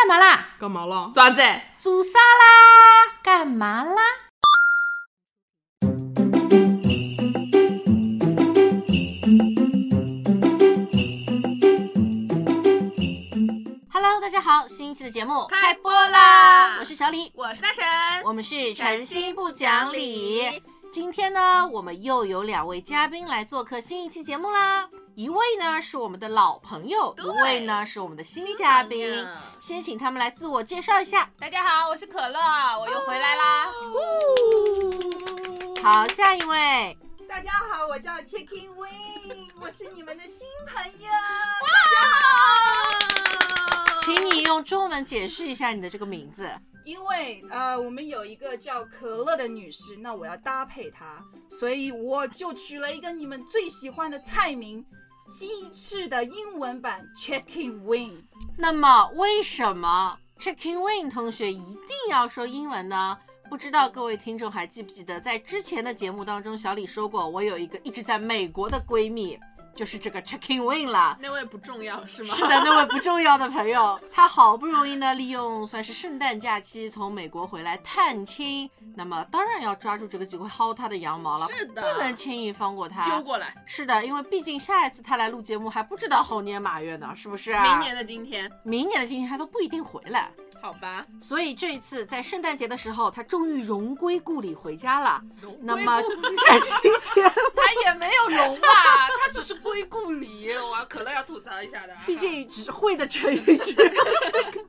干嘛啦？爪子，煮沙拉干嘛啦？Hello，大家好，新一期的节目开播啦我是小李，我是大神，我们是诚心不讲理。今天呢，我们又有两位嘉宾来做客新一期节目啦。一位呢是我们的老朋友，对一位呢是我们的新嘉新宾朋友。先请他们来自我介绍一下。大家好，我是可乐，我又回来啦。好，下一位，大家好，我叫 Chicken Wing，我是你们的新朋友。哦大家好，请你用中文解释一下你的这个名字。因为呃，我们有一个叫可乐的女士，那我要搭配她，所以我就取了一个你们最喜欢的菜名——鸡翅的英文版 Chicken Wing。那么，为什么 Chicken Wing 同学一定要说英文呢？不知道各位听众还记不记得，在之前的节目当中，小李说过，我有一个一直在美国的闺蜜，就是这个 Chicken Wing 啦。那位不重要是吗？是的，那位不重要的朋 友，他好不容易呢，利用算是圣诞假期从美国回来探亲，那么当然要抓住这个机会薅他的羊毛了，是的，不能轻易放过揪他。过来。是的，因为毕竟下一次他来录节目还不知道猴年马月呢，是不是、啊明年的今天，明年的今天他都不一定回来，好吧，所以这一次在圣诞节的时候，他终于荣归故里回家了。那么归故里 这期节目，他也没有 融吧，他只是归故里。 我可乐要吐槽一下的，毕 竟只会的成语只有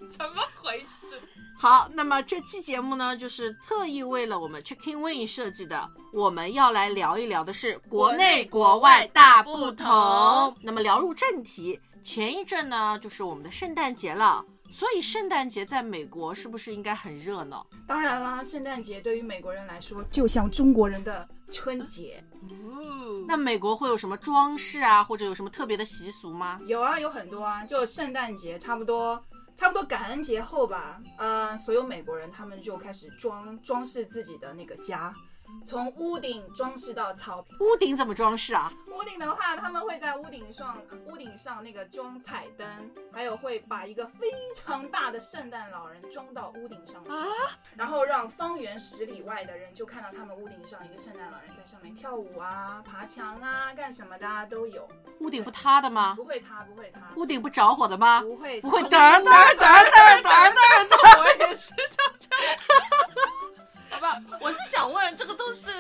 怎么回事？好，那么这期节目呢，就是特意为了我们 Chicken Wing 设计的。我们要来聊一聊的是国内国外大不同。那么聊入正题，前一阵呢，就是我们的圣诞节了。所以圣诞节在美国是不是应该很热闹？当然啦，圣诞节对于美国人来说，就像中国人的春节。那美国会有什么装饰啊，或者有什么特别的习俗吗？有啊，有很多啊，就圣诞节差不多，差不多感恩节后吧，呃，所有美国人他们就开始装装饰自己的那个家，从屋顶装饰到草坪。屋顶怎么装饰啊？屋顶的话，他们会在屋顶上屋顶上那个装彩灯，还有会把一个非常大的圣诞老人装到屋顶上去，然后让方圆十里外的人就看到他们屋顶上一个圣诞老人在上面跳舞啊、爬墙啊、干什么的、啊、都有，屋顶不塌的吗？不会塌，不会塌。屋顶不着火的吗？不会，不会噔 噔噔噔噔噔。我也是想这样。好吧，我是想问，这个都是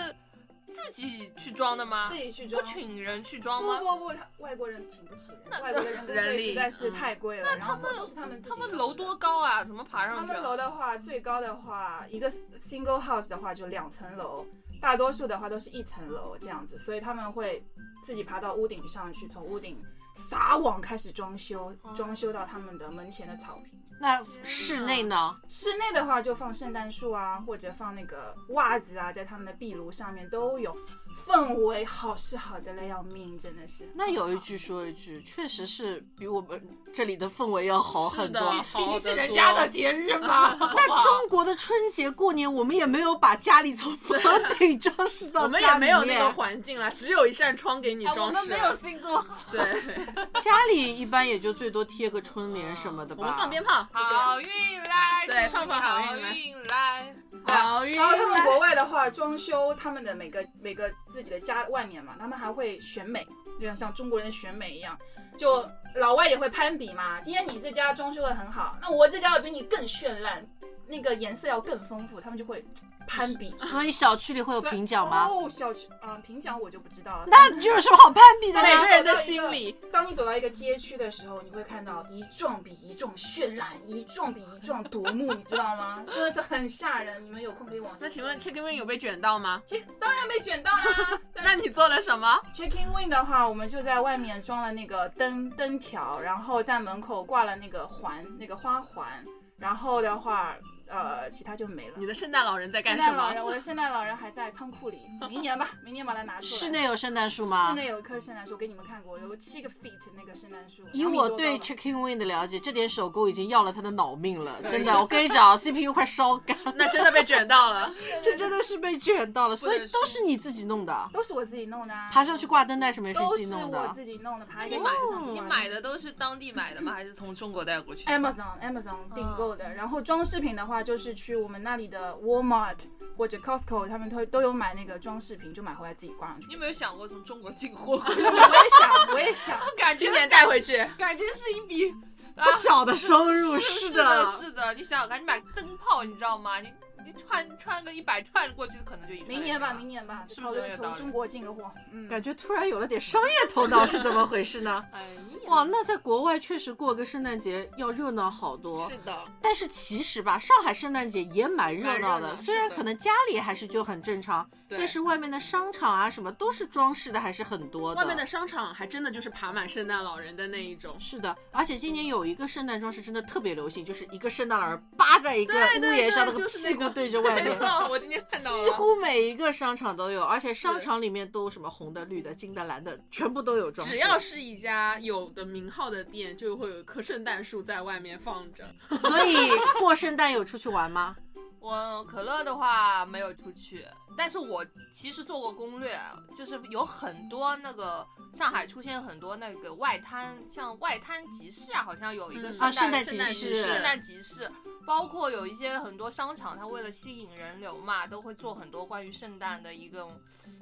自己去装的吗自？己去不装。请人去装不吗？不不，他外国人请不起那人，外国人工人费力嗯实在是太贵了。那然他后们都是他们自己他们搞楼的多高啊？怎么爬上他去、们啊？楼的话，最高的话，一个 single house 的话就两层楼，大多数的话都是一层楼这样子，所以他们会自己爬到屋顶上去，从屋顶撒网开始装修，哦装修到他们的门前的草坪。那室内呢？室内的话就放圣诞树啊，或者放那个袜子啊，在他们的壁炉上面都有，氛围好是好的嘞，要命，真的是。那有一句说一句，确实是比我们这里的氛围要好很多。啊是的啊毕竟是人家的节日嘛。 那中国的春节过年，我们也没有把家里从房顶装饰到我们也家里没有那面个环境啦，只有一扇窗给你啊我装们饰没了。有 single， 对，家里一般也就最多贴个春联什么的我吧。们放鞭炮，好运来，对祝放你放好好运来运来。啊好运然后他们来国外的话，装修他们的每个每个自己的家外面嘛，他们还会选美，就像像中国人选美一样，就老外也会攀比嘛。今天你这家装修的很好，那我这家要比你更绚烂，那个颜色要更丰富，他们就会攀比。所以小区里会有所以评奖吗？哦，小区，嗯、评奖我就不知道了。那你有什么好攀比的每呢个？人的心里，当你走到一个街区的时候，你会看到一幢比一幢绚烂，一幢比一幢夺目，你知道吗？ 真的是很吓人。你们有空可以往那请问 Chicken Wing 有被卷到吗？其实当然没卷到啦、 但是那你做了什么？ Chicken Wing 的话，我们就在外面装了那个灯灯条，然后在门口挂了那个环，那个花环。然后的话，呃，其他就没了。你的圣诞老人在干圣什诞老么？人，我的圣诞老人还在仓库里，明年 吧，明年把它拿出来。室内有圣诞树吗？室内有一棵圣诞树，我给你们看过，有七个 feet 那个圣诞树。以两米我多对高吧 Chicken Wing 的了解，这点手工已经要了他的脑命了，对真的，我跟你讲，CPU 快烧干，那真的被卷到了。这真的是被卷到了，所以能都是你自己弄的，都是我自己弄的、啊，爬上去挂灯带什么也是都自己是弄我的。啊自己弄的，爬 一你个买椅子上去你挂买的都是当地买的吗？还是从中国带过去的？ Amazon 嗯 Amazon 订购的，然后装饰品的话就是去我们那里的 Walmart 或者 Costco，他们都都有买那个装饰品，就买回来自己挂上 去你。有没有想过从中国进货？我也想，我也想，感今觉年带回去，感觉是一笔 不小的收 入，是的的，，是的。你想想看，你买灯泡，你知道吗？你你穿穿个一百串过去，可能就一串明年吧，年。明年吧，是不是考虑有道从理中国进个货。嗯，感觉突然有了点商业头脑，是怎么回事呢？哎呀， 哇，那在国外确实过个圣诞节要热闹好多。是的，但是其实吧，上海圣诞节也蛮热闹蛮热闹虽然是的可能家里还是就很正常，对但是外面的商场啊什么都是装饰的，还是很多的。外面的商场还真的就是爬满圣诞老人的那一种。是的，而且今年有一个圣诞装饰真的特别流行，就是一个圣诞老人扒在一个对对屋檐上，对那个就是屁那股个对着 外 面。错，我今天看到几乎每一个商场都有，而且商场里面都有什么红的、绿的、金的、蓝的，全部都有装饰。只要是一家有的名号的店，就会有一棵圣诞树在外面放着。所以过圣诞有出去玩吗？我可乐的话没有出去，但是我其实做过攻略，就是有很多那个上海出现很多那个外滩，像外滩集市啊，好像有一个嗯圣啊圣诞诞集诞市圣诞集市，包括有一些很多商场，它为了吸引人流嘛，都会做很多关于圣诞的一个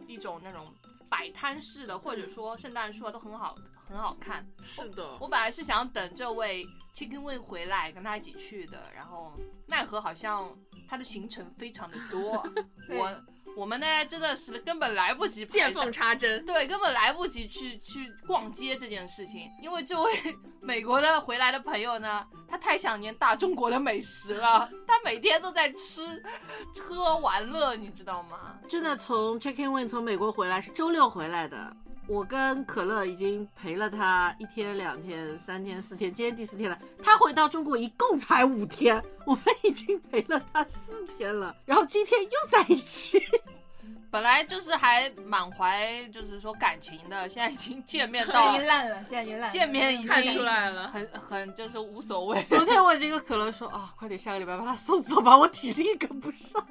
一种那种摆摊式的，或者说圣诞树啊都很好很好看。是的，我本来是想等这位 Chicken Wing 回来跟他一起去的，然后奈何好像他的行程非常的 多，对我我们呢真的是根本来不及排见上缝插针。对，根本来不及去去逛街这件事情，因为这位 美国的回来的朋友呢，他太想念大中国的美食了，他每天都在吃喝玩乐，你知道吗？真的从 Chicken Wing 从美国回来是周六回来的，我跟可乐已经陪了他一天、两天、三天、四天，今天第四天了。他回到中国一共才五天，我们已经陪了他四天了，然后今天又在一起。本来就是还满怀就是说感情的，现在已经见面现在到 已经烂了，现在已经烂了。见面已经看出来了，很很就是无所谓。昨天我这个可乐说啊，快点下个礼拜把他送走吧，我体力跟不上。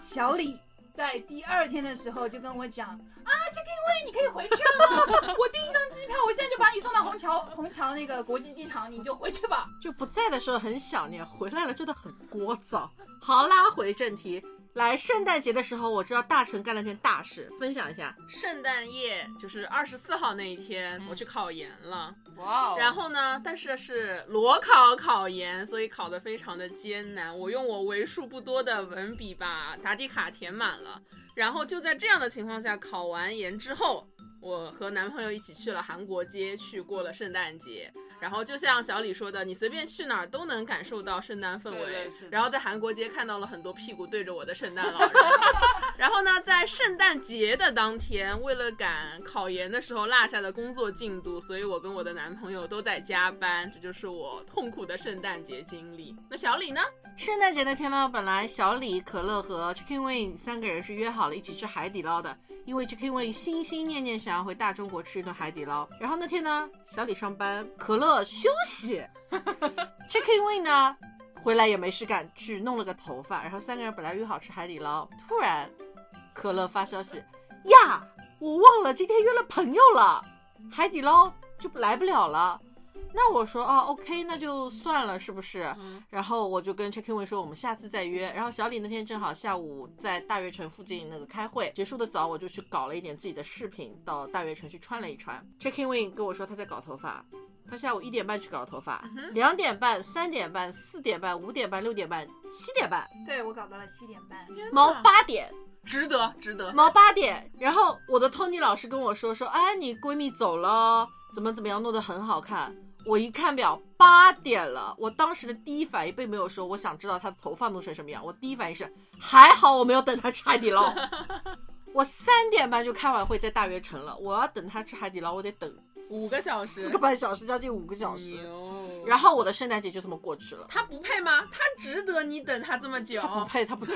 小李在第二天的时候就跟我讲啊，Chicken Wing 你可以回去 了，我订一张机票，我现在就把你送到虹桥虹桥那个国际机场，你就回去吧。就不在的时候很想念，回来了真的很聒噪。好，拉回正题。来圣诞节的时候，我知道大成干了件大事，分享一下。圣诞夜就是二十四号那一天，我去考研了。哇哦！然后呢，但是是裸考考研，所以考得非常的艰难。我用我为数不多的文笔把答题卡填满了。然后就在这样的情况下，考完研之后，我和男朋友一起去了韩国街，去过了圣诞节。然后就像小李说的，你随便去哪儿都能感受到圣诞氛围。对对是的然后在韩国街看到了很多屁股对着我的圣诞老人。 然后呢，在圣诞节的当天，为了赶考研的时候落下的工作进度，所以我跟我的男朋友都在加班，这就是我痛苦的圣诞节经历。那小李呢？圣诞节那天呢，本来小李、可乐和 Chicken Wing 三个人是约好了一起吃海底捞的，因为 Chicken Wing 心心念念想要回大中国吃一顿海底捞。然后那天呢，小李上班，可乐休息，Chicken Wing 呢回来也没事干，去弄了个头发。然后三个人本来约好吃海底捞，突然可乐发消息呀，我忘了今天约了朋友了，海底捞就来不了了。那我说哦，OK，那就算了，是不是？然后我就跟 Chicken Wing 说，我们下次再约。然后小李那天正好下午在大悦城附近那个开会，结束的早，我就去搞了一点自己的饰品，到大悦城去穿了一穿。Chicken Wing 跟我说他在搞头发，他下午一点半去搞头发，两点半、三点半、四点半、五点半、六点半、七点半，对我搞到了七点半，毛啊八点。值得，值得。毛八点。然后我的 Tony 老师跟我说说，哎，你闺蜜走了，哦怎么怎么样，弄得很好看。我一看表，八点了。我当时的第一反应并没有说我想知道她的头发弄成什么样，我第一反应是还好我没有等她吃海底捞。我三点半就开完会，在大悦城了。我要等他吃海底捞，我得等五个小时四个，半小时，将近五个小时。牛！然后我的圣诞节就这么过去了。他不配吗？他值得你等他这么久。他不配，他不值。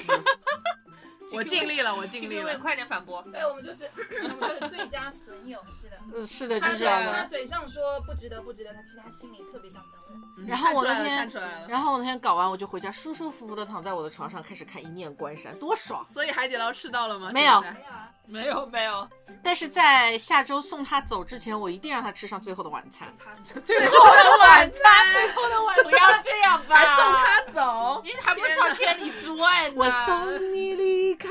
我尽力了，我尽力这位了。快点反驳，对，我们就是 我们就是最佳损友，是的。嗯，是的，就他是这嘴 样他的。嘴上说不值得不值得，他其实他心里特别想等我。嗯然后我那天看出来了，看出来了。然后我那天搞完，我就回家，舒舒服服的躺在我的床上，开始看《一念关山》，多爽！所以海底捞吃到了吗？没有现哎在呀，没有没有，但是在下周送他走之前，我一定让他吃上最后的晚餐。他最后的晚餐，最后的晚 餐，不要这样吧，还送他走，你还不是朝千里之外呢？我送你离开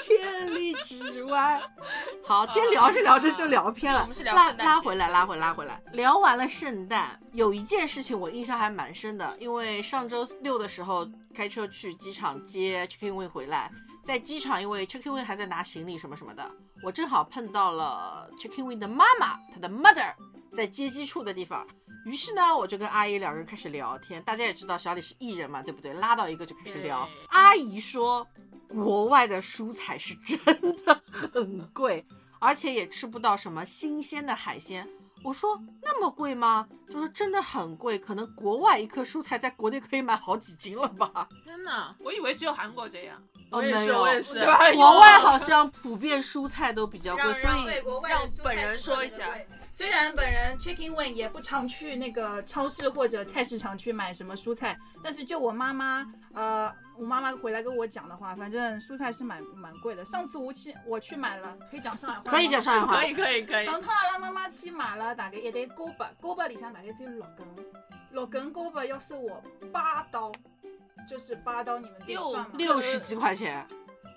千里之外。好，今天聊着聊着就聊偏了，我们是聊拉圣诞节拉回来，拉回来，拉回来。聊完了圣诞，有一件事情我印象还蛮深的，因为上周六的时候开车去机场接 Chicken Wing 回来，在机场因为 Chicken Wing 还在拿行李什么什么的，我正好碰到了 Chicken Wing 的妈妈，她的 mother 在接机处的地方。于是呢，我就跟阿姨两人开始聊天。大家也知道小李是艺人嘛，对不对？拉到一个就开始聊。阿姨说，国外的蔬菜是真的很贵，而且也吃不到什么新鲜的海鲜。我说那么贵吗？她说真的很贵，可能国外一颗蔬菜在国内可以买好几斤了吧？天哪！我以为只有韩国这样，哦，我也没是，有，我也是。对吧哎呦国外好像普遍蔬菜都比较贵，让所让以对啊国外让的蔬菜本人是说贵一的下贵。虽然本人 Chicken Wing 也不常去那个超市或者菜市场去买什么蔬菜，但是就我妈妈，呃，我妈妈回来跟我讲的话，反正蔬菜是蛮蛮贵的。上次我去我去买了，可以讲上海话 吗，可以讲上海话可。以可以可以，上趟阿拉妈妈去买了大概一袋锅巴，锅巴里向大概只有六根，六根锅巴要是我八刀，就是八刀，你们自己六算嘛，六十几块钱，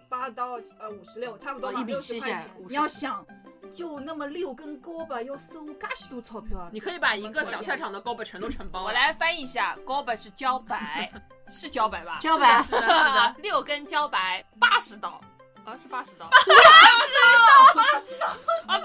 八刀呃五十六，差不多嘛，哦一比六七十块现钱在。50你要想，就那么六根锅巴要收噶许多钞票啊！你可以把一个小菜场的 g o b 全都承包了。我来翻译一下 g o b 是茭 白，是茭白吧？茭白是的，是的， 六根茭白八十刀，啊是八十 刀，八十刀，啊不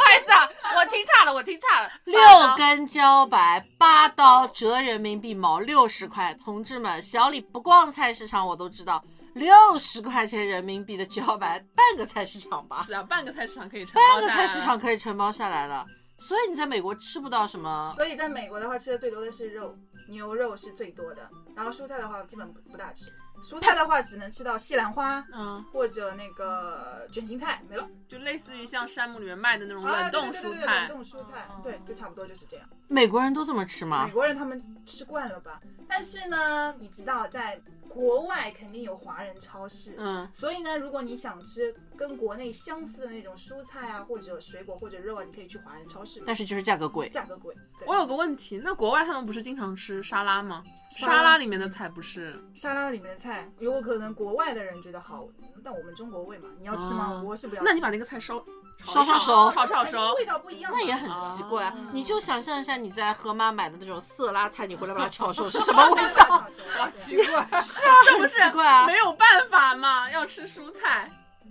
好意思啊，我听差了，我听差了，六根茭白八刀折人民币毛六十块，同志们，小李不逛菜市场我都知道，六十块钱人民币的茭白，半个菜市场吧，是啊，半个菜市场可以承包半个下菜来市场可以承包下来了，所以你在美国吃不到什么。 所以在美国的话，吃的最多的是肉，牛肉是最多的，然后蔬菜的话基本不不大吃，蔬菜的话只能吃到西兰花嗯，或者那个卷心菜，没了。就类似于像山姆里面卖的那种啊冷对冻对对对蔬对冷菜，冻蔬菜，对，就差不多就是这样。美国人都这么吃吗美？国人他们吃惯了吧？但是呢，你知道，在国外肯定有华人超市，嗯，所以呢，如果你想吃跟国内相似的那种蔬菜啊，或者水果或者肉啊，你可以去华人超市买，但是就是价格贵。价格贵。对我，有个问题，那国外他们不是经常吃沙拉吗？沙拉沙拉里面的菜不是？沙拉里面的菜，有可能国外的人觉得好，但我们中国味嘛，你要吃吗？哦我是不要吃。那你把那个菜烧烧上熟，手，炒炒肯 定熟，味道不一样嘛，那也很奇怪啊哦！你就想象一下你在盒马买的那种色拉菜，你回来把它炒熟是什么味道？ 道。 好奇怪，是啊，这不很是奇怪啊！没有办法嘛，要吃蔬菜。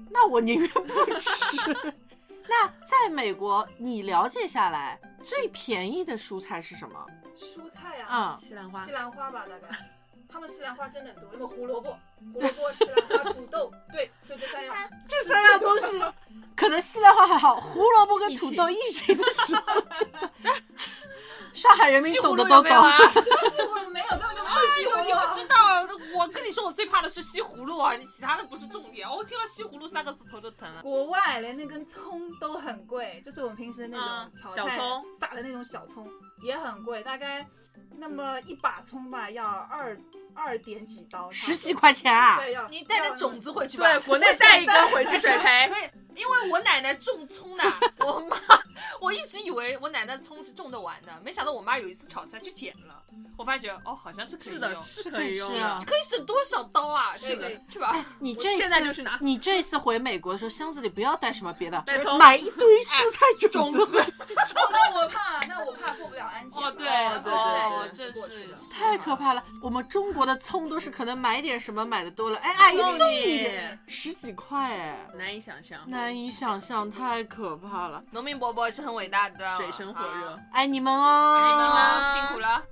那我宁愿不吃。 那在美国，你了解下来最便宜的蔬菜是什么？蔬菜啊，啊、西兰花西，兰花吧，大概。他们西兰花真的多，那么胡萝卜、胡萝卜、西兰花、土豆，对，就这三样。 这三样东西， 可能西兰花还好，胡萝卜跟疫土情豆疫情的时候真的，上海人民西懂葫的芦都有没懂有。啊？这个西葫芦没有，根本就没有哎西呦，葫你不芦。知道，我跟你说，我最怕的是西葫芦啊，你其他的不是重点。哦我听到西葫芦三个字头就疼了。国外连那根葱都很贵，就是我们平时那啊种嗯炒小菜葱撒的那种小葱也很贵，大概那么一把葱吧，要二二点几刀，十几块。块钱啊！对，要你带着种子回去吧。对，国内带一根 回去水培。 可以，因为我奶奶种葱的，我妈，我一直以为我奶奶葱是种得完的，没想到我妈有一次炒菜去捡了，我发觉哦，好像是可以是用的，是可以用是啊的。可以省多少刀啊？是的对去吧，你我这一次现在就去拿你这一次回美国的时候，箱子里不要带什么别的，带葱买一堆蔬菜种子回去。哦那我怕，那我怕过不了安检。哦对然后对带对对着过去真的 是太可怕了！我们中国的葱都是可能买点什么买的多了，哎，阿姨送你一点，十几块哎。难以想象，难以想象，太可怕了！哎农民伯伯是很伟大的，水深火热啊，。爱你们爱哎哦，啊你们啦，辛苦了。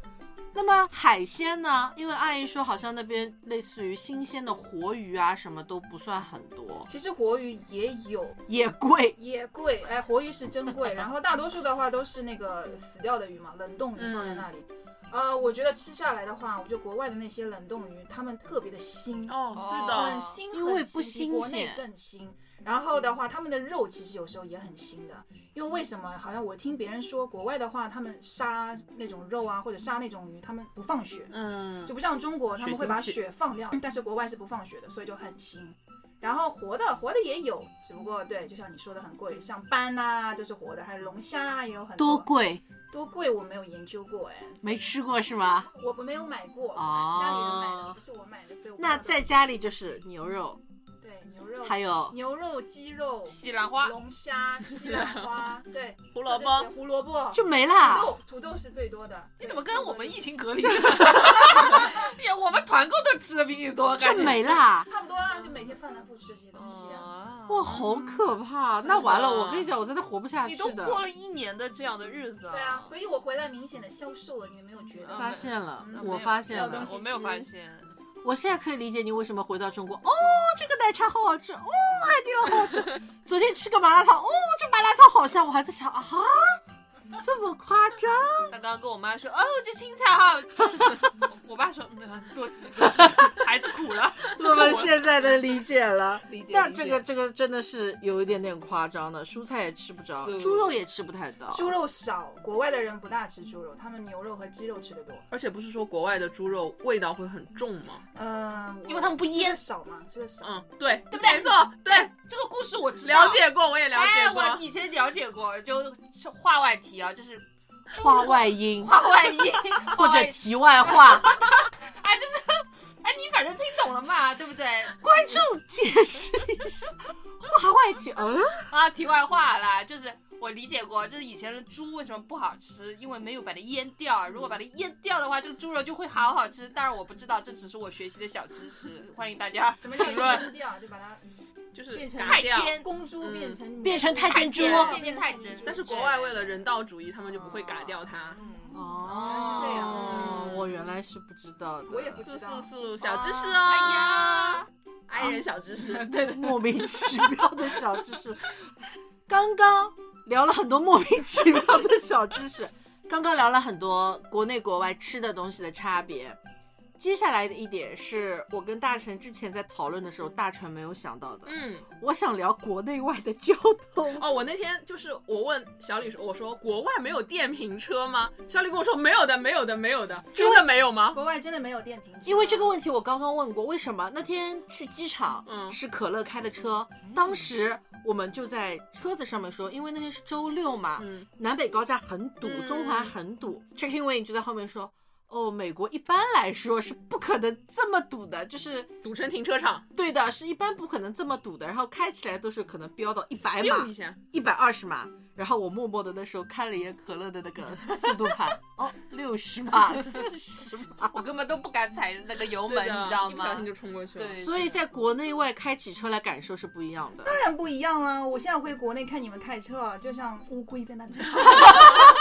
那么呢，海鲜呢，因为阿姨说好像那边类似于新鲜的活鱼啊，什么都不算很多，其实活鱼也有，也贵。也贵，哎，活鱼是真 贵。然后大多数的话都是那个死掉的鱼嘛，冷冻鱼放在那里。嗯呃，我觉得吃下来的话，我觉得国外的那些冷冻鱼，它们特别的腥，哦，对哦的很，腥，因为很不腥比国新内鲜嗯更腥。然后的话，他们的肉其实有时候也很腥的，因为为什么？好像我听别人说，国外的话，他们杀那种肉啊，或者杀那种鱼，他们不放血，嗯，就不像中国他们会把血腥血放掉，但是国外是不放血的，所以就很腥。然后活的活的也有，只不过对，就像你说的很贵，像斑呐、就是活的，还有龙虾啊也有很多多贵？多贵我没有研究过哎，没吃过是吗？我没有买过，哦家里人买的不是我买的，所以我不知道那在家里就是牛肉，对牛肉还有牛肉、鸡肉、西兰花，龙虾、西兰 花，对胡萝或者卜是，胡萝卜、就没土啦。豆，土豆是最多的。啊你怎么对跟我们土豆疫情隔离？呀，我们团购都吃的比你多，就感觉没啦，差不多啊？就每天翻来覆去这些东西啊。哦哇，好可怕！那完了，是的我跟你讲，我真的活不下去你都的。过了一年的这样的日子啊！对啊，所以我回来明显的消瘦了，你们没有觉得？啊发现了嗯，我发现没有了东，西我没有发现。我现在可以理解你为什么回到中国。哦，这个奶茶好好吃，哦，海底捞好好吃。昨天吃个麻辣烫，哦，这麻辣烫好香。我还在想啊，这么夸张？他刚刚跟我妈说：“哦，这青菜好好吃。” 我爸说：“嗯，多吃多吃，孩子苦了。我们现在能理解了。理解那这个这个真的是有一点点夸张的，蔬菜也吃不着，是猪肉也吃不太到。猪肉少，国外的人不大吃猪肉，他们牛肉和鸡肉吃的多。而且不是说国外的猪肉味道会很重吗？嗯，因为他们不腌吃的少嘛，吃的少。嗯，对，对不对没错，对，”这个故事我知道，了解过，我也了解哎，过。我以前了解过，就是话外题啊，就是猪话外音 话外 音，或话者外音题外 话，哎，就是 哎，你反正听懂了嘛，对不对？观众解释一下。话外题，嗯，啊，题外话啦，就是我理解过，就是以前的猪为什么不好吃，因为没有把它腌掉。如果把它腌掉的话，这个猪肉就会好好吃。当然我不知道，这只是我学习的小知 识，欢迎大家什么叫评论。腌掉？就把它就是变成改掉太。监公猪啊嗯变成变成太监猪变成太监但是国外为了人道主义，他们就不会改掉它。嗯，哦是这样嗯我原来是不知道的，我也不素知素道。素，小知哎识哦，呀，哎呀，爱人小知识， 对的， 莫名其妙的小知识。刚刚聊了很多莫名其妙的小知识，刚刚聊了很多国内国外吃的东西的差别。接下来的一点是我跟大成之前在讨论的时候，大成没有想到的。嗯，我想聊国内外的交通，哦，我那天就是我问小李说，我说国外没有电瓶车吗？小李跟我说没有的，没有的，没有的，真的没有吗？国外真的没有电瓶车，因为这个问题我刚刚问过，为什么那天去机场嗯是可乐开的车？当时我们就在车子上面说，因为那天是周六嘛，嗯，南北高架很堵，嗯中环很堵。Check in Wayne 就在后面说：“哦，美国一般来说是不可能这么堵的，就是堵成停车场，对的，是一般不可能这么堵的。然后开起来都是可能飙到一百咻一码、下，一百二十码。然后我默默的那时候看了一眼可乐的那个速度 盘，哦，六十码、四十码。我根本都不敢踩那个油门，对的你知道一不小吗心？就冲过去了。对，所以在国内外开起车来感受是不一样的。当然不一样啊了。我现在回国内看你们开车，啊就像乌龟在那里爬。 天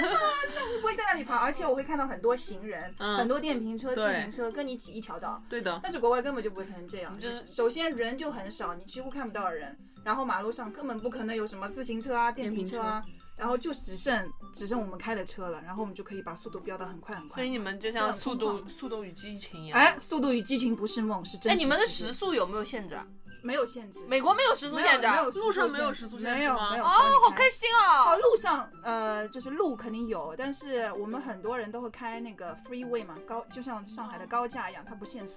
哪，像乌龟在那里爬，而且我会看到很多行人，嗯很多电瓶车、对自行车跟你挤一条道。对的，但是国外根本就不可能这样，就是首先人就很少，你几乎看不到人，然后马路上根本不可能有什么自行车啊、电瓶车啊，然后就只剩只剩我们开的车了，然后我们就可以把速度飙到很快很所以快。你们就像《对速疯度狂速度与激情》一样。哎，速度与激情不是梦，是真哎，实你们的实时际速有没有限制啊？没有限制，美国没有时速没有限制啊，没有路上没有时时速速限限制制没有吗没有哦，好开心心。哦，哦！路上呃，就是路肯定有，但是我们很多人都会开那个 freeway 嘛，高就像上海的高架一样，它不限速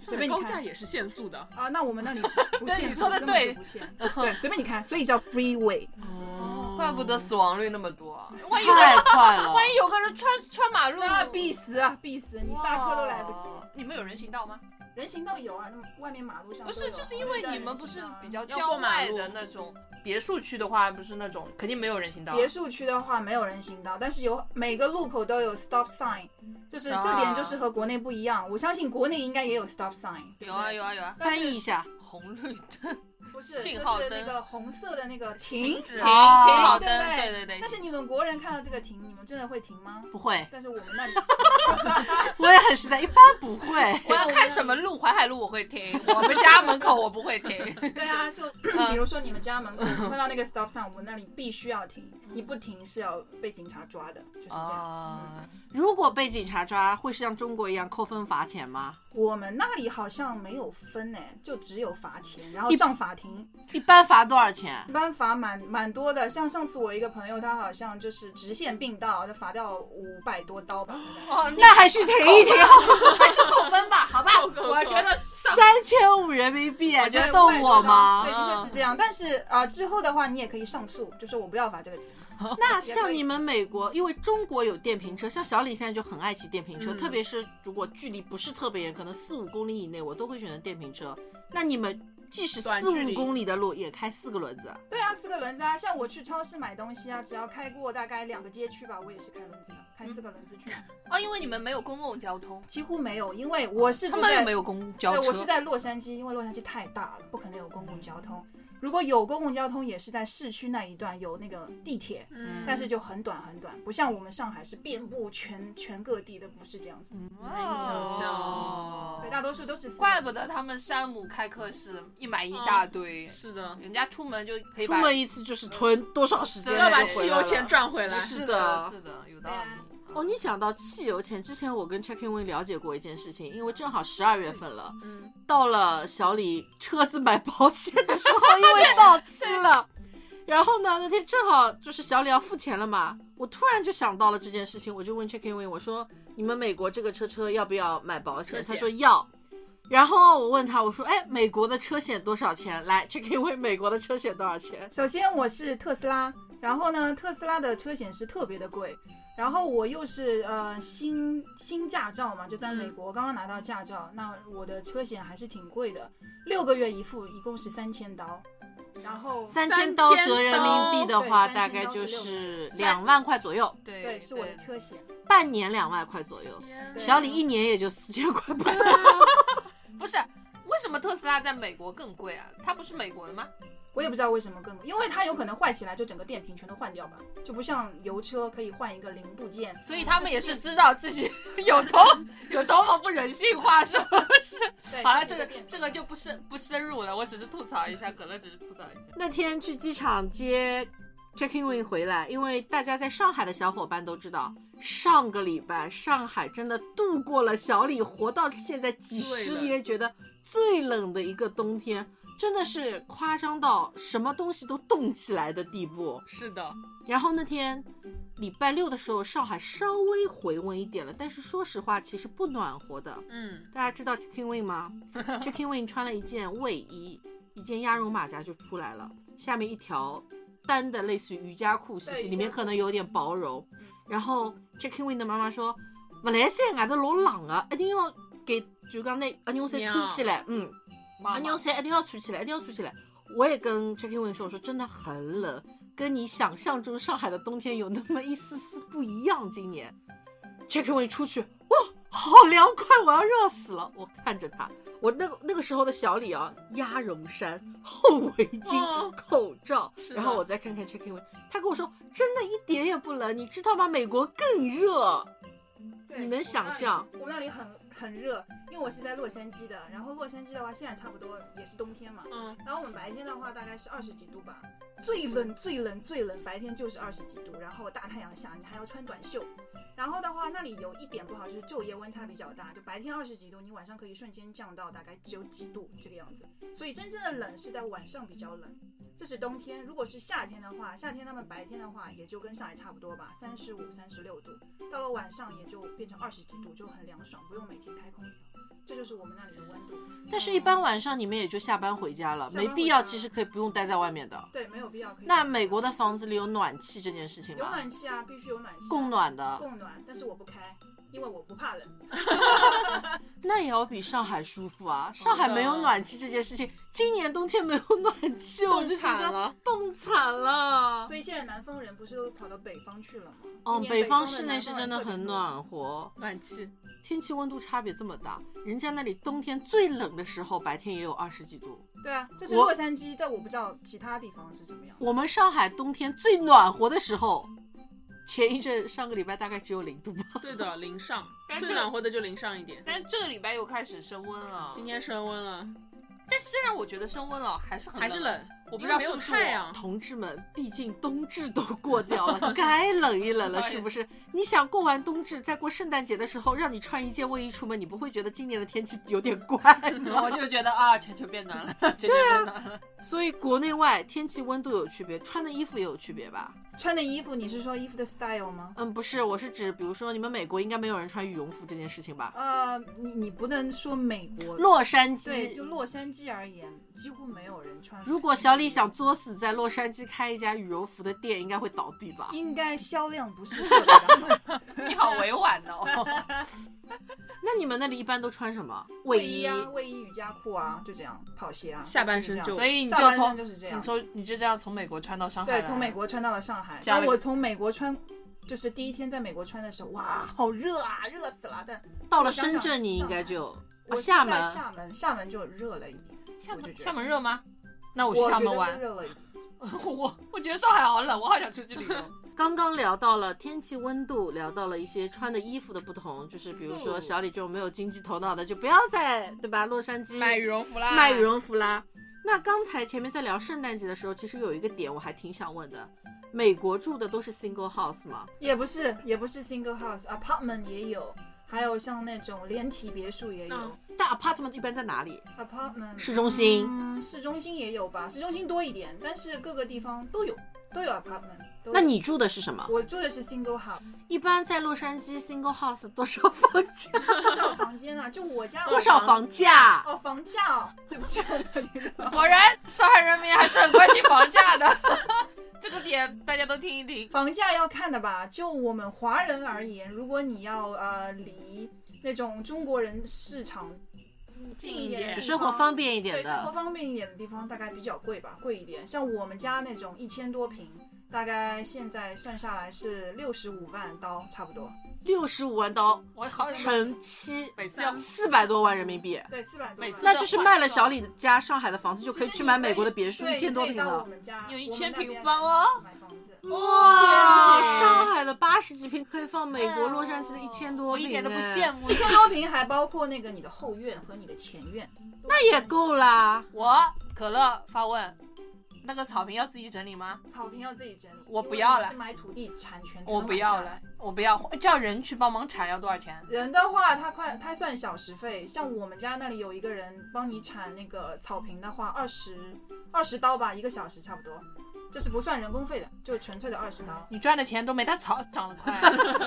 随便你高开架也是限速的。啊。那我们那里 不限速，对你说得根本对就不 限，对，随便你开，所以叫 freeway。哦怪不得死亡率那么多，啊 万一有太快了，万一有个人穿穿马路，那必死啊，必死！你刹车都来不及。哇。你们有人行道吗？人行道有啊，那么外面马路上不都是，有哦就是因为你们不是啊比较要郊过马外路的那种别墅区的话，不是那种肯定没有人行道啊。别墅区的话没有人行道，但是有每个路口都有 stop sign，就是这点就是和国内不一样。我相信国内应该也有 stop sign，有啊有啊有啊，翻译一下， 红绿灯不是，信就号是那灯个红色的那个停停止停，好信号对灯，对对对对但。是你们国人看到这个停，你们真的会停吗？不会，但是我们 那里，我也很实在，一般不会。我要看什么路，淮海路我会停，我们家门口我不会 停。对啊，就嗯比如说你们家门口碰到那个 stop sign，我们那里必须要停，你不停是要被警察抓的，就是这样。嗯啊，如果被警察抓，会是像中国一样扣分罚钱吗？我们那里好像没有分呢，就只有罚钱，然后上法庭，一般罚多少钱一？般罚蛮蛮多的。像上次我一个朋友，他好像就是直线并道，就罚掉五百多刀吧。哦，你那还是停一停，还是扣分吧，好吧？扣我觉得三上千五人民币，我你觉在得逗500我多刀吗对，？的确是这样。但是啊、呃之后的话你也可以上诉，就说我不要罚这个钱。那像你们美国，因为中国有电瓶车，像小李现在就很爱骑电瓶车，嗯特别是如果距离不是特别远，可能四五公里以内，我都会选择电瓶车。那你们即使短四距离五公里的路也开四个轮子，对啊，四个轮子啊，像我去超市买东西啊，只要开过大概两个街区吧，我也是开轮子的，开四个轮子去买，哦，因为你们没有公共交通，几乎没有，因为我是他住们在又没有公共交对，车。我是在洛杉矶，因为洛杉矶太大了，不可能有公共交通。如果有公共交通，也是在市区那一段有那个地铁，嗯但是就很短很短，不像我们上海是遍布全全各地的，不是这样子，难以想象。所以大多数都是四个嗯怪不得他们山姆开课室一买一大堆，是的，人家出门就可以出把门一次就是囤多少时间就对嗯要回来把了，汽油钱赚回来。是啊的是的，有道理。哦，你讲到汽油钱，之前我跟 Check In Win 了解过一件事情，因为正好十二月份了，嗯，到了小李车子买保险的时候，因为到期了。然后呢，那天正好就是小李要付钱了嘛，我突然就想到了这件事情，我就问 Check In Win，我说你们美国这个车车要不要买保险？车险他说要。然后我问他，我说哎，美国的车险多少钱？来，Check In Win，美国的车险多少钱？首先我是特斯拉，然后呢，特斯拉的车险是特别的贵，然后我又是呃新新驾照嘛，就在美国、刚刚拿到驾照，那我的车险还是挺贵的，六个月一付，一共是三千刀，然后三千千刀刀折人民币的话，对大概3000刀就是是两万块左右，对哦对是我的车险，半年两万块左右。天对小李一年也就四千块吧。 不是。为什么特斯拉在美国更贵啊？它不是美国的吗？我也不知道为什么更贵，因为它有可能坏起来就整个电瓶全都换掉吧，就不像油车可以换一个零部件，所以他们也 是知道自己有多 有多么不人性化，是不是？对好了，哎这是一个电瓶这个就嗯不深不深入了，我只是吐槽一下，可乐只是吐槽一下。 那天去机场接 Checking Win 回来，因为大家在上海的小伙伴都知道，上个礼拜上海真的度过了小李活到现在几十年觉得最冷的一个冬天，真的是夸张到什么东西都冻起来的地步。是的，然后那天礼拜六的时候，上海稍微回温一点了，但是说实话，其实不暖和的。嗯，大家知道 Chicken Wing 吗？Chicken Wing 穿了一件卫衣，一件鸭绒马甲就出来了，下面一条单的类似于瑜伽裤兮对兮，瑜里面伽嗯可能有点薄柔。然后 Chicken Wing 的妈妈说：“不来塞，外头老冷啊，一定要给就讲那阿牛塞娘穿起来，嗯，妈阿妈牛塞一定要穿起来，一定要穿起来。”我也跟 Chicken Wing 说：“我说真的很冷，跟你想象中上海的冬天有那么一丝丝不一样。今年 Chicken Wing 出去，哇，好凉快，我要热死了。我看着他，我那个那个时候的小李啊，鸭绒衫、厚围巾、哦口罩是，的然后我再看看 Chicken Wing，他跟我说真的一点也不冷，你知道吗？美国更热。对你能想象？我们那里我们那里很很热，因为我是在洛杉矶的，然后洛杉矶的话现在差不多也是冬天嘛，嗯，然后我们白天的话大概是二十几度吧，最冷最冷最冷白天就是二十几度，然后大太阳下你还要穿短袖，然后的话那里有一点不好就是昼夜温差比较大，就白天二十几度，你晚上可以瞬间降到大概只有几度这个样子，所以真正的冷是在晚上比较冷。这是冬天，如果是夏天的话，夏天他们白天的话也就跟上海差不多吧，三十五、三十六度，到了晚上也就变成二十几度，就很凉爽，不用每天开空调。这就是我们那里的温度。但是，一般晚上你们也就下班回家了，下班没回必要，家其实可以不用待在外面的。对，没有必要可以。那美国的房子里有暖气这件事情有吗？暖气啊，必须有暖气啊、供暖的，供暖，但是我不开，因为我不怕冷。那也要比上海舒服啊！上海没有暖气这件事情，今年冬天没有暖气，我就觉觉惨得了。冻惨了。所以现在南方人不是都跑到北方去了吗？哦，今年北方方的室内南是方真人的特别很多。暖和，暖气，天气温度差别这么大，人家那里冬天最冷的时候白天也有二十几度，对啊，这是我洛杉矶，但我不知道其他地方是怎么样。我们上海冬天最暖和的时候，前一阵上个礼拜大概只有零度吧。对的，零上，但最这暖和的就零上一点。但这个礼拜又开始升温了。今天升温了，虽然我觉得升温了，还是很还是冷，我不因知为道没是有不是住太阳。同志们，毕竟冬至都过掉了，该冷一冷 了，对是不是？你想过完冬至，再过圣诞节的时候，让你穿一件卫衣出门，你不会觉得今年的天气有点怪 吗？ 我就觉得啊，全球变暖了，全球变暖了。所以国内外天气温度有区别，穿的衣服也有区别吧？穿的衣服，你是说衣服的 style 吗？嗯，不是，我是指，比如说你们美国应该没有人穿羽绒服这件事情吧？呃，你你不能说美国，洛杉呃对，就矶，洛杉矶而言，几乎没有人穿。如果小李想，作死在洛杉矶开一家羽绒服的店，应该会倒闭吧？应该销量不是特别的好。 啊你好委婉哦。那你们那里一般都穿什么？ 卫衣衣啊，卫衣、瑜伽裤啊，就这样，跑鞋啊，下半身就就所以是你这样就下从半身就是这样你。说你就这样从美国穿到上海来对，了，从美国穿到了上海。加然了后我从美国穿，就是第一天在美国穿的时候，哇，好热啊，热死了。但到了深圳，你应该就我啊是厦在门厦门，厦门就热了一点。厦我就门觉得厦门热吗？那我去我厦觉门得玩 更。热了一点。我我觉得上海好冷，我好想出去旅游。 刚刚聊到了天气、温度，聊到了一些穿的衣服的不同，就是比如说素小李这种没有经济头脑的，就不要在对吧？洛杉矶买羽绒服啊啦，卖羽绒服啦。那刚才前面在聊圣诞节的时候，其实有一个点我还挺想问的：美国住的都是 single house 吗？也不是，也不是 single house，apartment 也有，还有像那种连体别墅也有、嗯但 apartment 一般在哪嗯里？ apartment，市中心。嗯，市中心也有吧，市中心多一点，但是各个地方都有，都有 apartment 都有。那你住的是什么？我住的是 single house，一般在洛杉矶 single house 多少房价？ 多少房间啊？就我家多少房价？哦，房价哦，对不起，果然，上海人民还是很关心房价的。 这个点大家都听一听。房价要看的吧。就我们华人而言，如果你要呃离那种中国人市场近嗯一点的地方，就就生活方便一点对，生活的，方便一点的地方大概比较贵吧，贵一点。像我们家那种一千多平，大概现在算下来是六十五万刀，差不多。六十五万刀我好想乘七，每次要四百多万人民币。对，四百多每万。次那就是卖了小李家上海的房子，就可以去买美国的别墅，对一千多平可以到我了。们家有一我们千那边平方哦买买房子。哇，天哪上海的八十几平可以放美国洛杉矶的一千多哎我平，哎一点都不羡慕，慕一。千多平还包括那个你的后院和你的前院，那也够啦。我可乐发问，那个草坪要自己整理吗？草坪要自己整理。我因不为要你了是买土地产权，我不要了。，我不要，叫人去帮忙铲要多少钱？人的话，他快他算小时费，像我们家那里有一个人帮你铲那个草坪的话，二十二十刀吧，一个小时差不多，这是不算人工费的，就纯粹的二十 刀。你赚的钱都没他草涨得 快。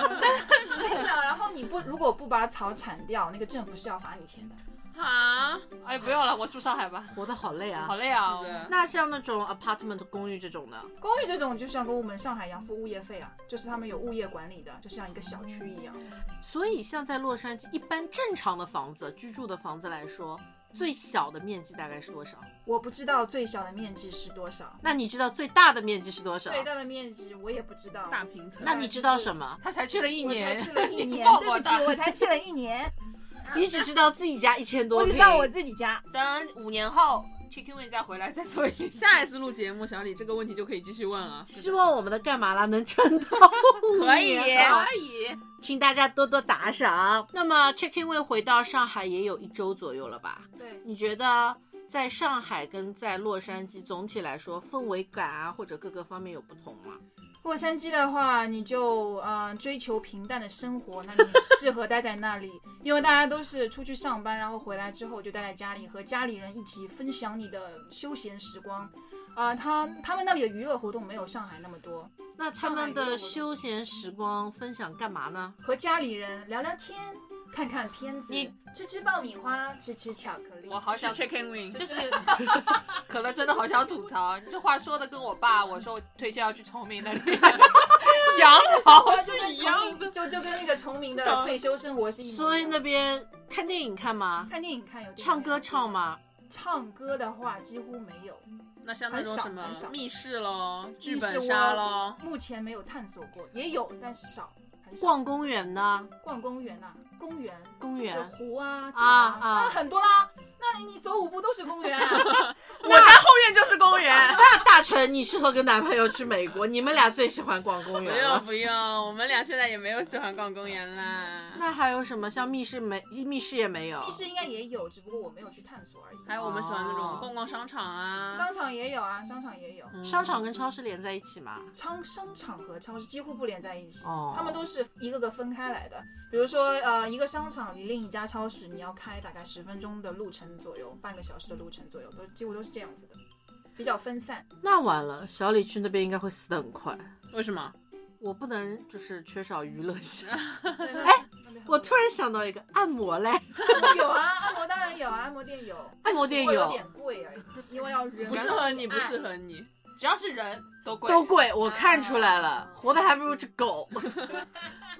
我跟你讲，啊然后你不如果不把草铲掉，那个政府是要罚你钱的。啊，哎，不用了，我住上海吧，活得好累啊好。累啊是。的那像那种 apartment 公寓这种的，公寓这种就是要跟我们上海一样付物业费啊，就是他们有物业管理的，就像一个小区一样。所以像在洛杉矶一般正常的房子居住的房子来说，最小的面积大概是多少？我不知道最小的面积是多少，那你知道最大的面积是多少？最大的面积我也不知道。大平层。那你知道什么？他才去了一我才年去，了一你年放，对我不起大，我才去了一年， 你只知道自己家一千多我平，只知道我自己家。等五年后 Chicken Wing 再回来再做一下。下一次录节目，小李这个问题就可以继续问了。希望我们的干嘛啦能撑到可以，五年啊可以。请大家多多打赏。那么 check in 位回到上海也有一周左右了吧？对，你觉得在上海跟在洛杉矶总体来说氛围感啊，或者各个方面有不同吗？洛杉矶的话，你就呃追求平淡的生活，那你适合待在那里，因为大家都是出去上班，然后回来之后就待在家里，和家里人一起分享你的休闲时光。啊、他他们那里的娱乐活动没有上海那么多，那他们的休闲时光分享干嘛呢？和家里人聊聊天，看看片子，你吃吃爆米花，吃吃巧克力。我好想是 Chicken Wing，就是可乐真的好想吐槽，你这话说的跟我爸我说我退休要去崇明那 里 养老我就是跟一崇样明的。就就跟那个崇 明的嗯退休生活是一模一样的。所以那边看电影看吗？看电影看有电影唱歌唱吗？唱歌的话几乎没有，那像那种很少什么很少密室喽、剧密室本杀窝喽，目前没有探索过，也有但少，很少。逛公园呢？逛公园呐、公园公 就园湖啊景啊当然啊很多啦。那你走五步都是公 园、啊，我家后院就是公园。那大成，你适合跟男朋友去美 国，你们俩最喜欢逛公不园用了。不用，我们俩现在也没有喜欢逛公园啦。那还有什么？像密室没密室也没有，密室应该也有，只不过我没有去探索而已。还有我们喜欢那种逛逛商场啊，商场也有啊，商场也有。嗯商场跟超市连在一起嘛？商商场和超市几乎不连在一起，哦他们都是一个个分开来的。比如说，呃，一个商场离另一家超市，你要开大概十分钟的路程左右，半个小时的路程左右，都几乎都是这样子的，比较 分散。那完了，小李去那边应该会死得很快。为什么？我不能就是缺少娱乐 性。哎，那边很我突然想到一个按摩嘞，有 啊，按摩当然有，按摩店有，按啊摩店不过有有点贵而已，因为要人不适合你，不适合你。只要是人都贵，都贵，我看出来了啊，活的还不如只 狗。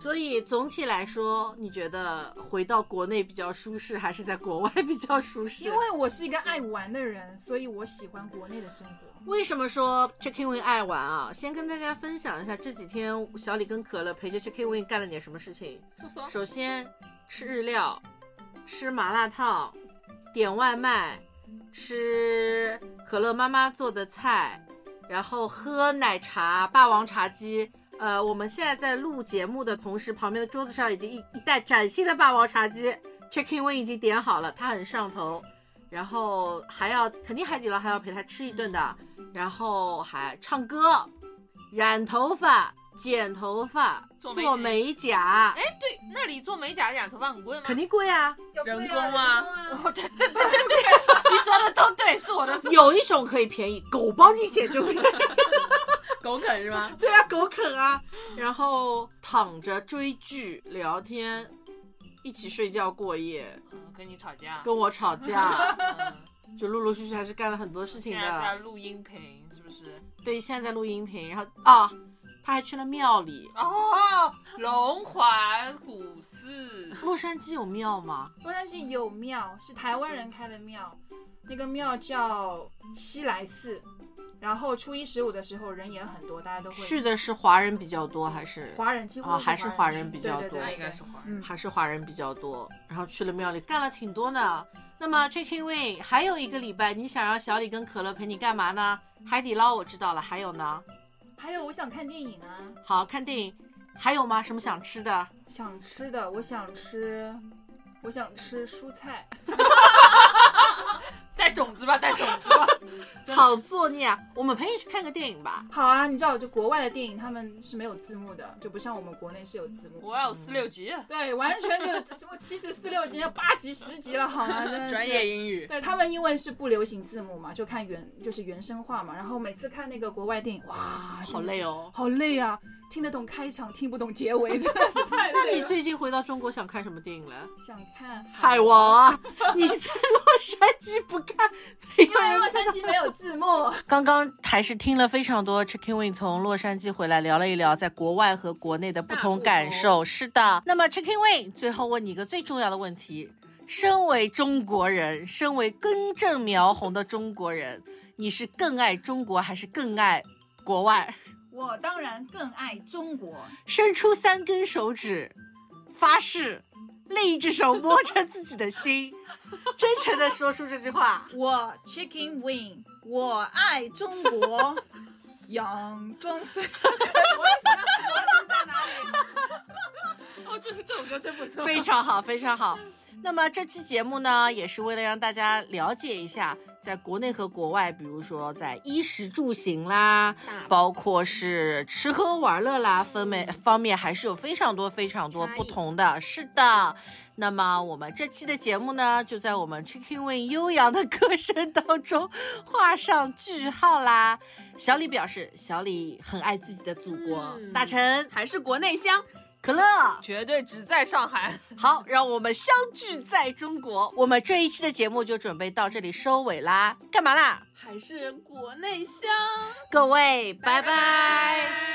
所以总体来说，你觉得回到国内比较舒适，还是在国外比较舒适？因为我是一个爱玩的人，所以我喜欢国内的生活。为什么说 Chicken Wing 爱玩啊？先跟大家分享一下这几天小李跟可乐陪着 Chicken Wing 干了点什么事情。说说首先吃日料，吃麻辣烫，点外卖，吃可乐妈妈做的菜，然后喝奶茶，霸王茶姬。呃，我们现在在录节目的同时，旁边的桌子上已经一一袋崭新的霸王茶姬 Chicken Wing 已经点好了，他很上头。然后还要肯定海底捞还要陪他吃一顿的，然后还唱歌、染头发、剪头发、做美做甲美甲，哎，对，那里做美甲、染头发很贵吗？肯定贵啊。人工啊，哦，对对对对对，你说的都对，是我的 错。有一种可以便宜，狗帮你剪就便宜。 狗啃是吗？ 对啊，狗啃啊。然后躺着追剧、聊天，一起睡觉过夜，嗯跟你吵架。跟我吵 架，嗯就陆陆续续还是干了很多事情现在在的。录音频，是不是？对，现在在录音频，然后啊，他还去了庙里。哦，龙华古寺，洛杉矶有庙吗？洛杉矶有庙，是台湾人开的庙，那个庙叫西来寺。然后初一十五的时候人也很多，大家都会去的是华人比较多还是？华人几乎啊还是是华华人去比较对对多那对应该是华人。嗯，还是华人比较多，然后去了庙里干了挺多的。那么 Chicken Wing 还有一个礼拜，你想让小李跟可乐陪你干嘛呢？海底捞我知道了，还有呢？嗯还有我想看电影啊，好看电影，还有吗？什么想吃的？想吃的嗯我想吃，我想吃蔬菜，带种子吧，带种子吧。真的好作孽啊！我们陪你去看个电影吧。好啊，你知道，就国外的电影他们是没有字幕的，就不像我们国内是有字幕。我要有四六级，对，完全就这什么七至四六集、八集、十集了，好吗？真 的是专业。英语。对他们因为是不流行字幕嘛，就看原就是原声化嘛。然后每次看那个国外电影，哇，好累哦，哦。好累啊！听得懂开场，听不懂结 尾，真的是太那累你 了。最近回到中国想看什么电影了？想看海王啊！你在洛杉矶不看？因因为洛杉矶没有字幕。 刚刚还是听了非常多 Chicken Wing 从洛杉矶回来聊了一聊在国外和国内的不同感受。是的，那么 Chicken Wing 最后问你一个最重要的问题：身为中国人，身为根正苗红的中国人，你是更爱中国还是更爱国外？我当然更爱中国，伸出三根手指，发誓，另一只手摸着自己的心，真诚的说出这句话。我 Chicken Wing，我爱中国。 杨宗纬， 在哪里？哦，这这首歌真不 错。非常好，非常好。那么这期节目呢，也是为了让大家了解一下，在国内和国外，比如说在衣食住行啦，包括是吃喝玩乐啦，分每方面还是有非常多非常多差异不同的。是的，那么我们这期的节目呢，就在我们 Chicken Wing 悠扬的歌声当中画上句号啦。小李表示，小李很爱自己的祖国，嗯大成、还是国内香，可乐。绝对只在上海。 好，让我们相聚在中国。我们这一期的节目就准备到这里收尾啦，干嘛啦？还是国内香。各位，拜拜拜拜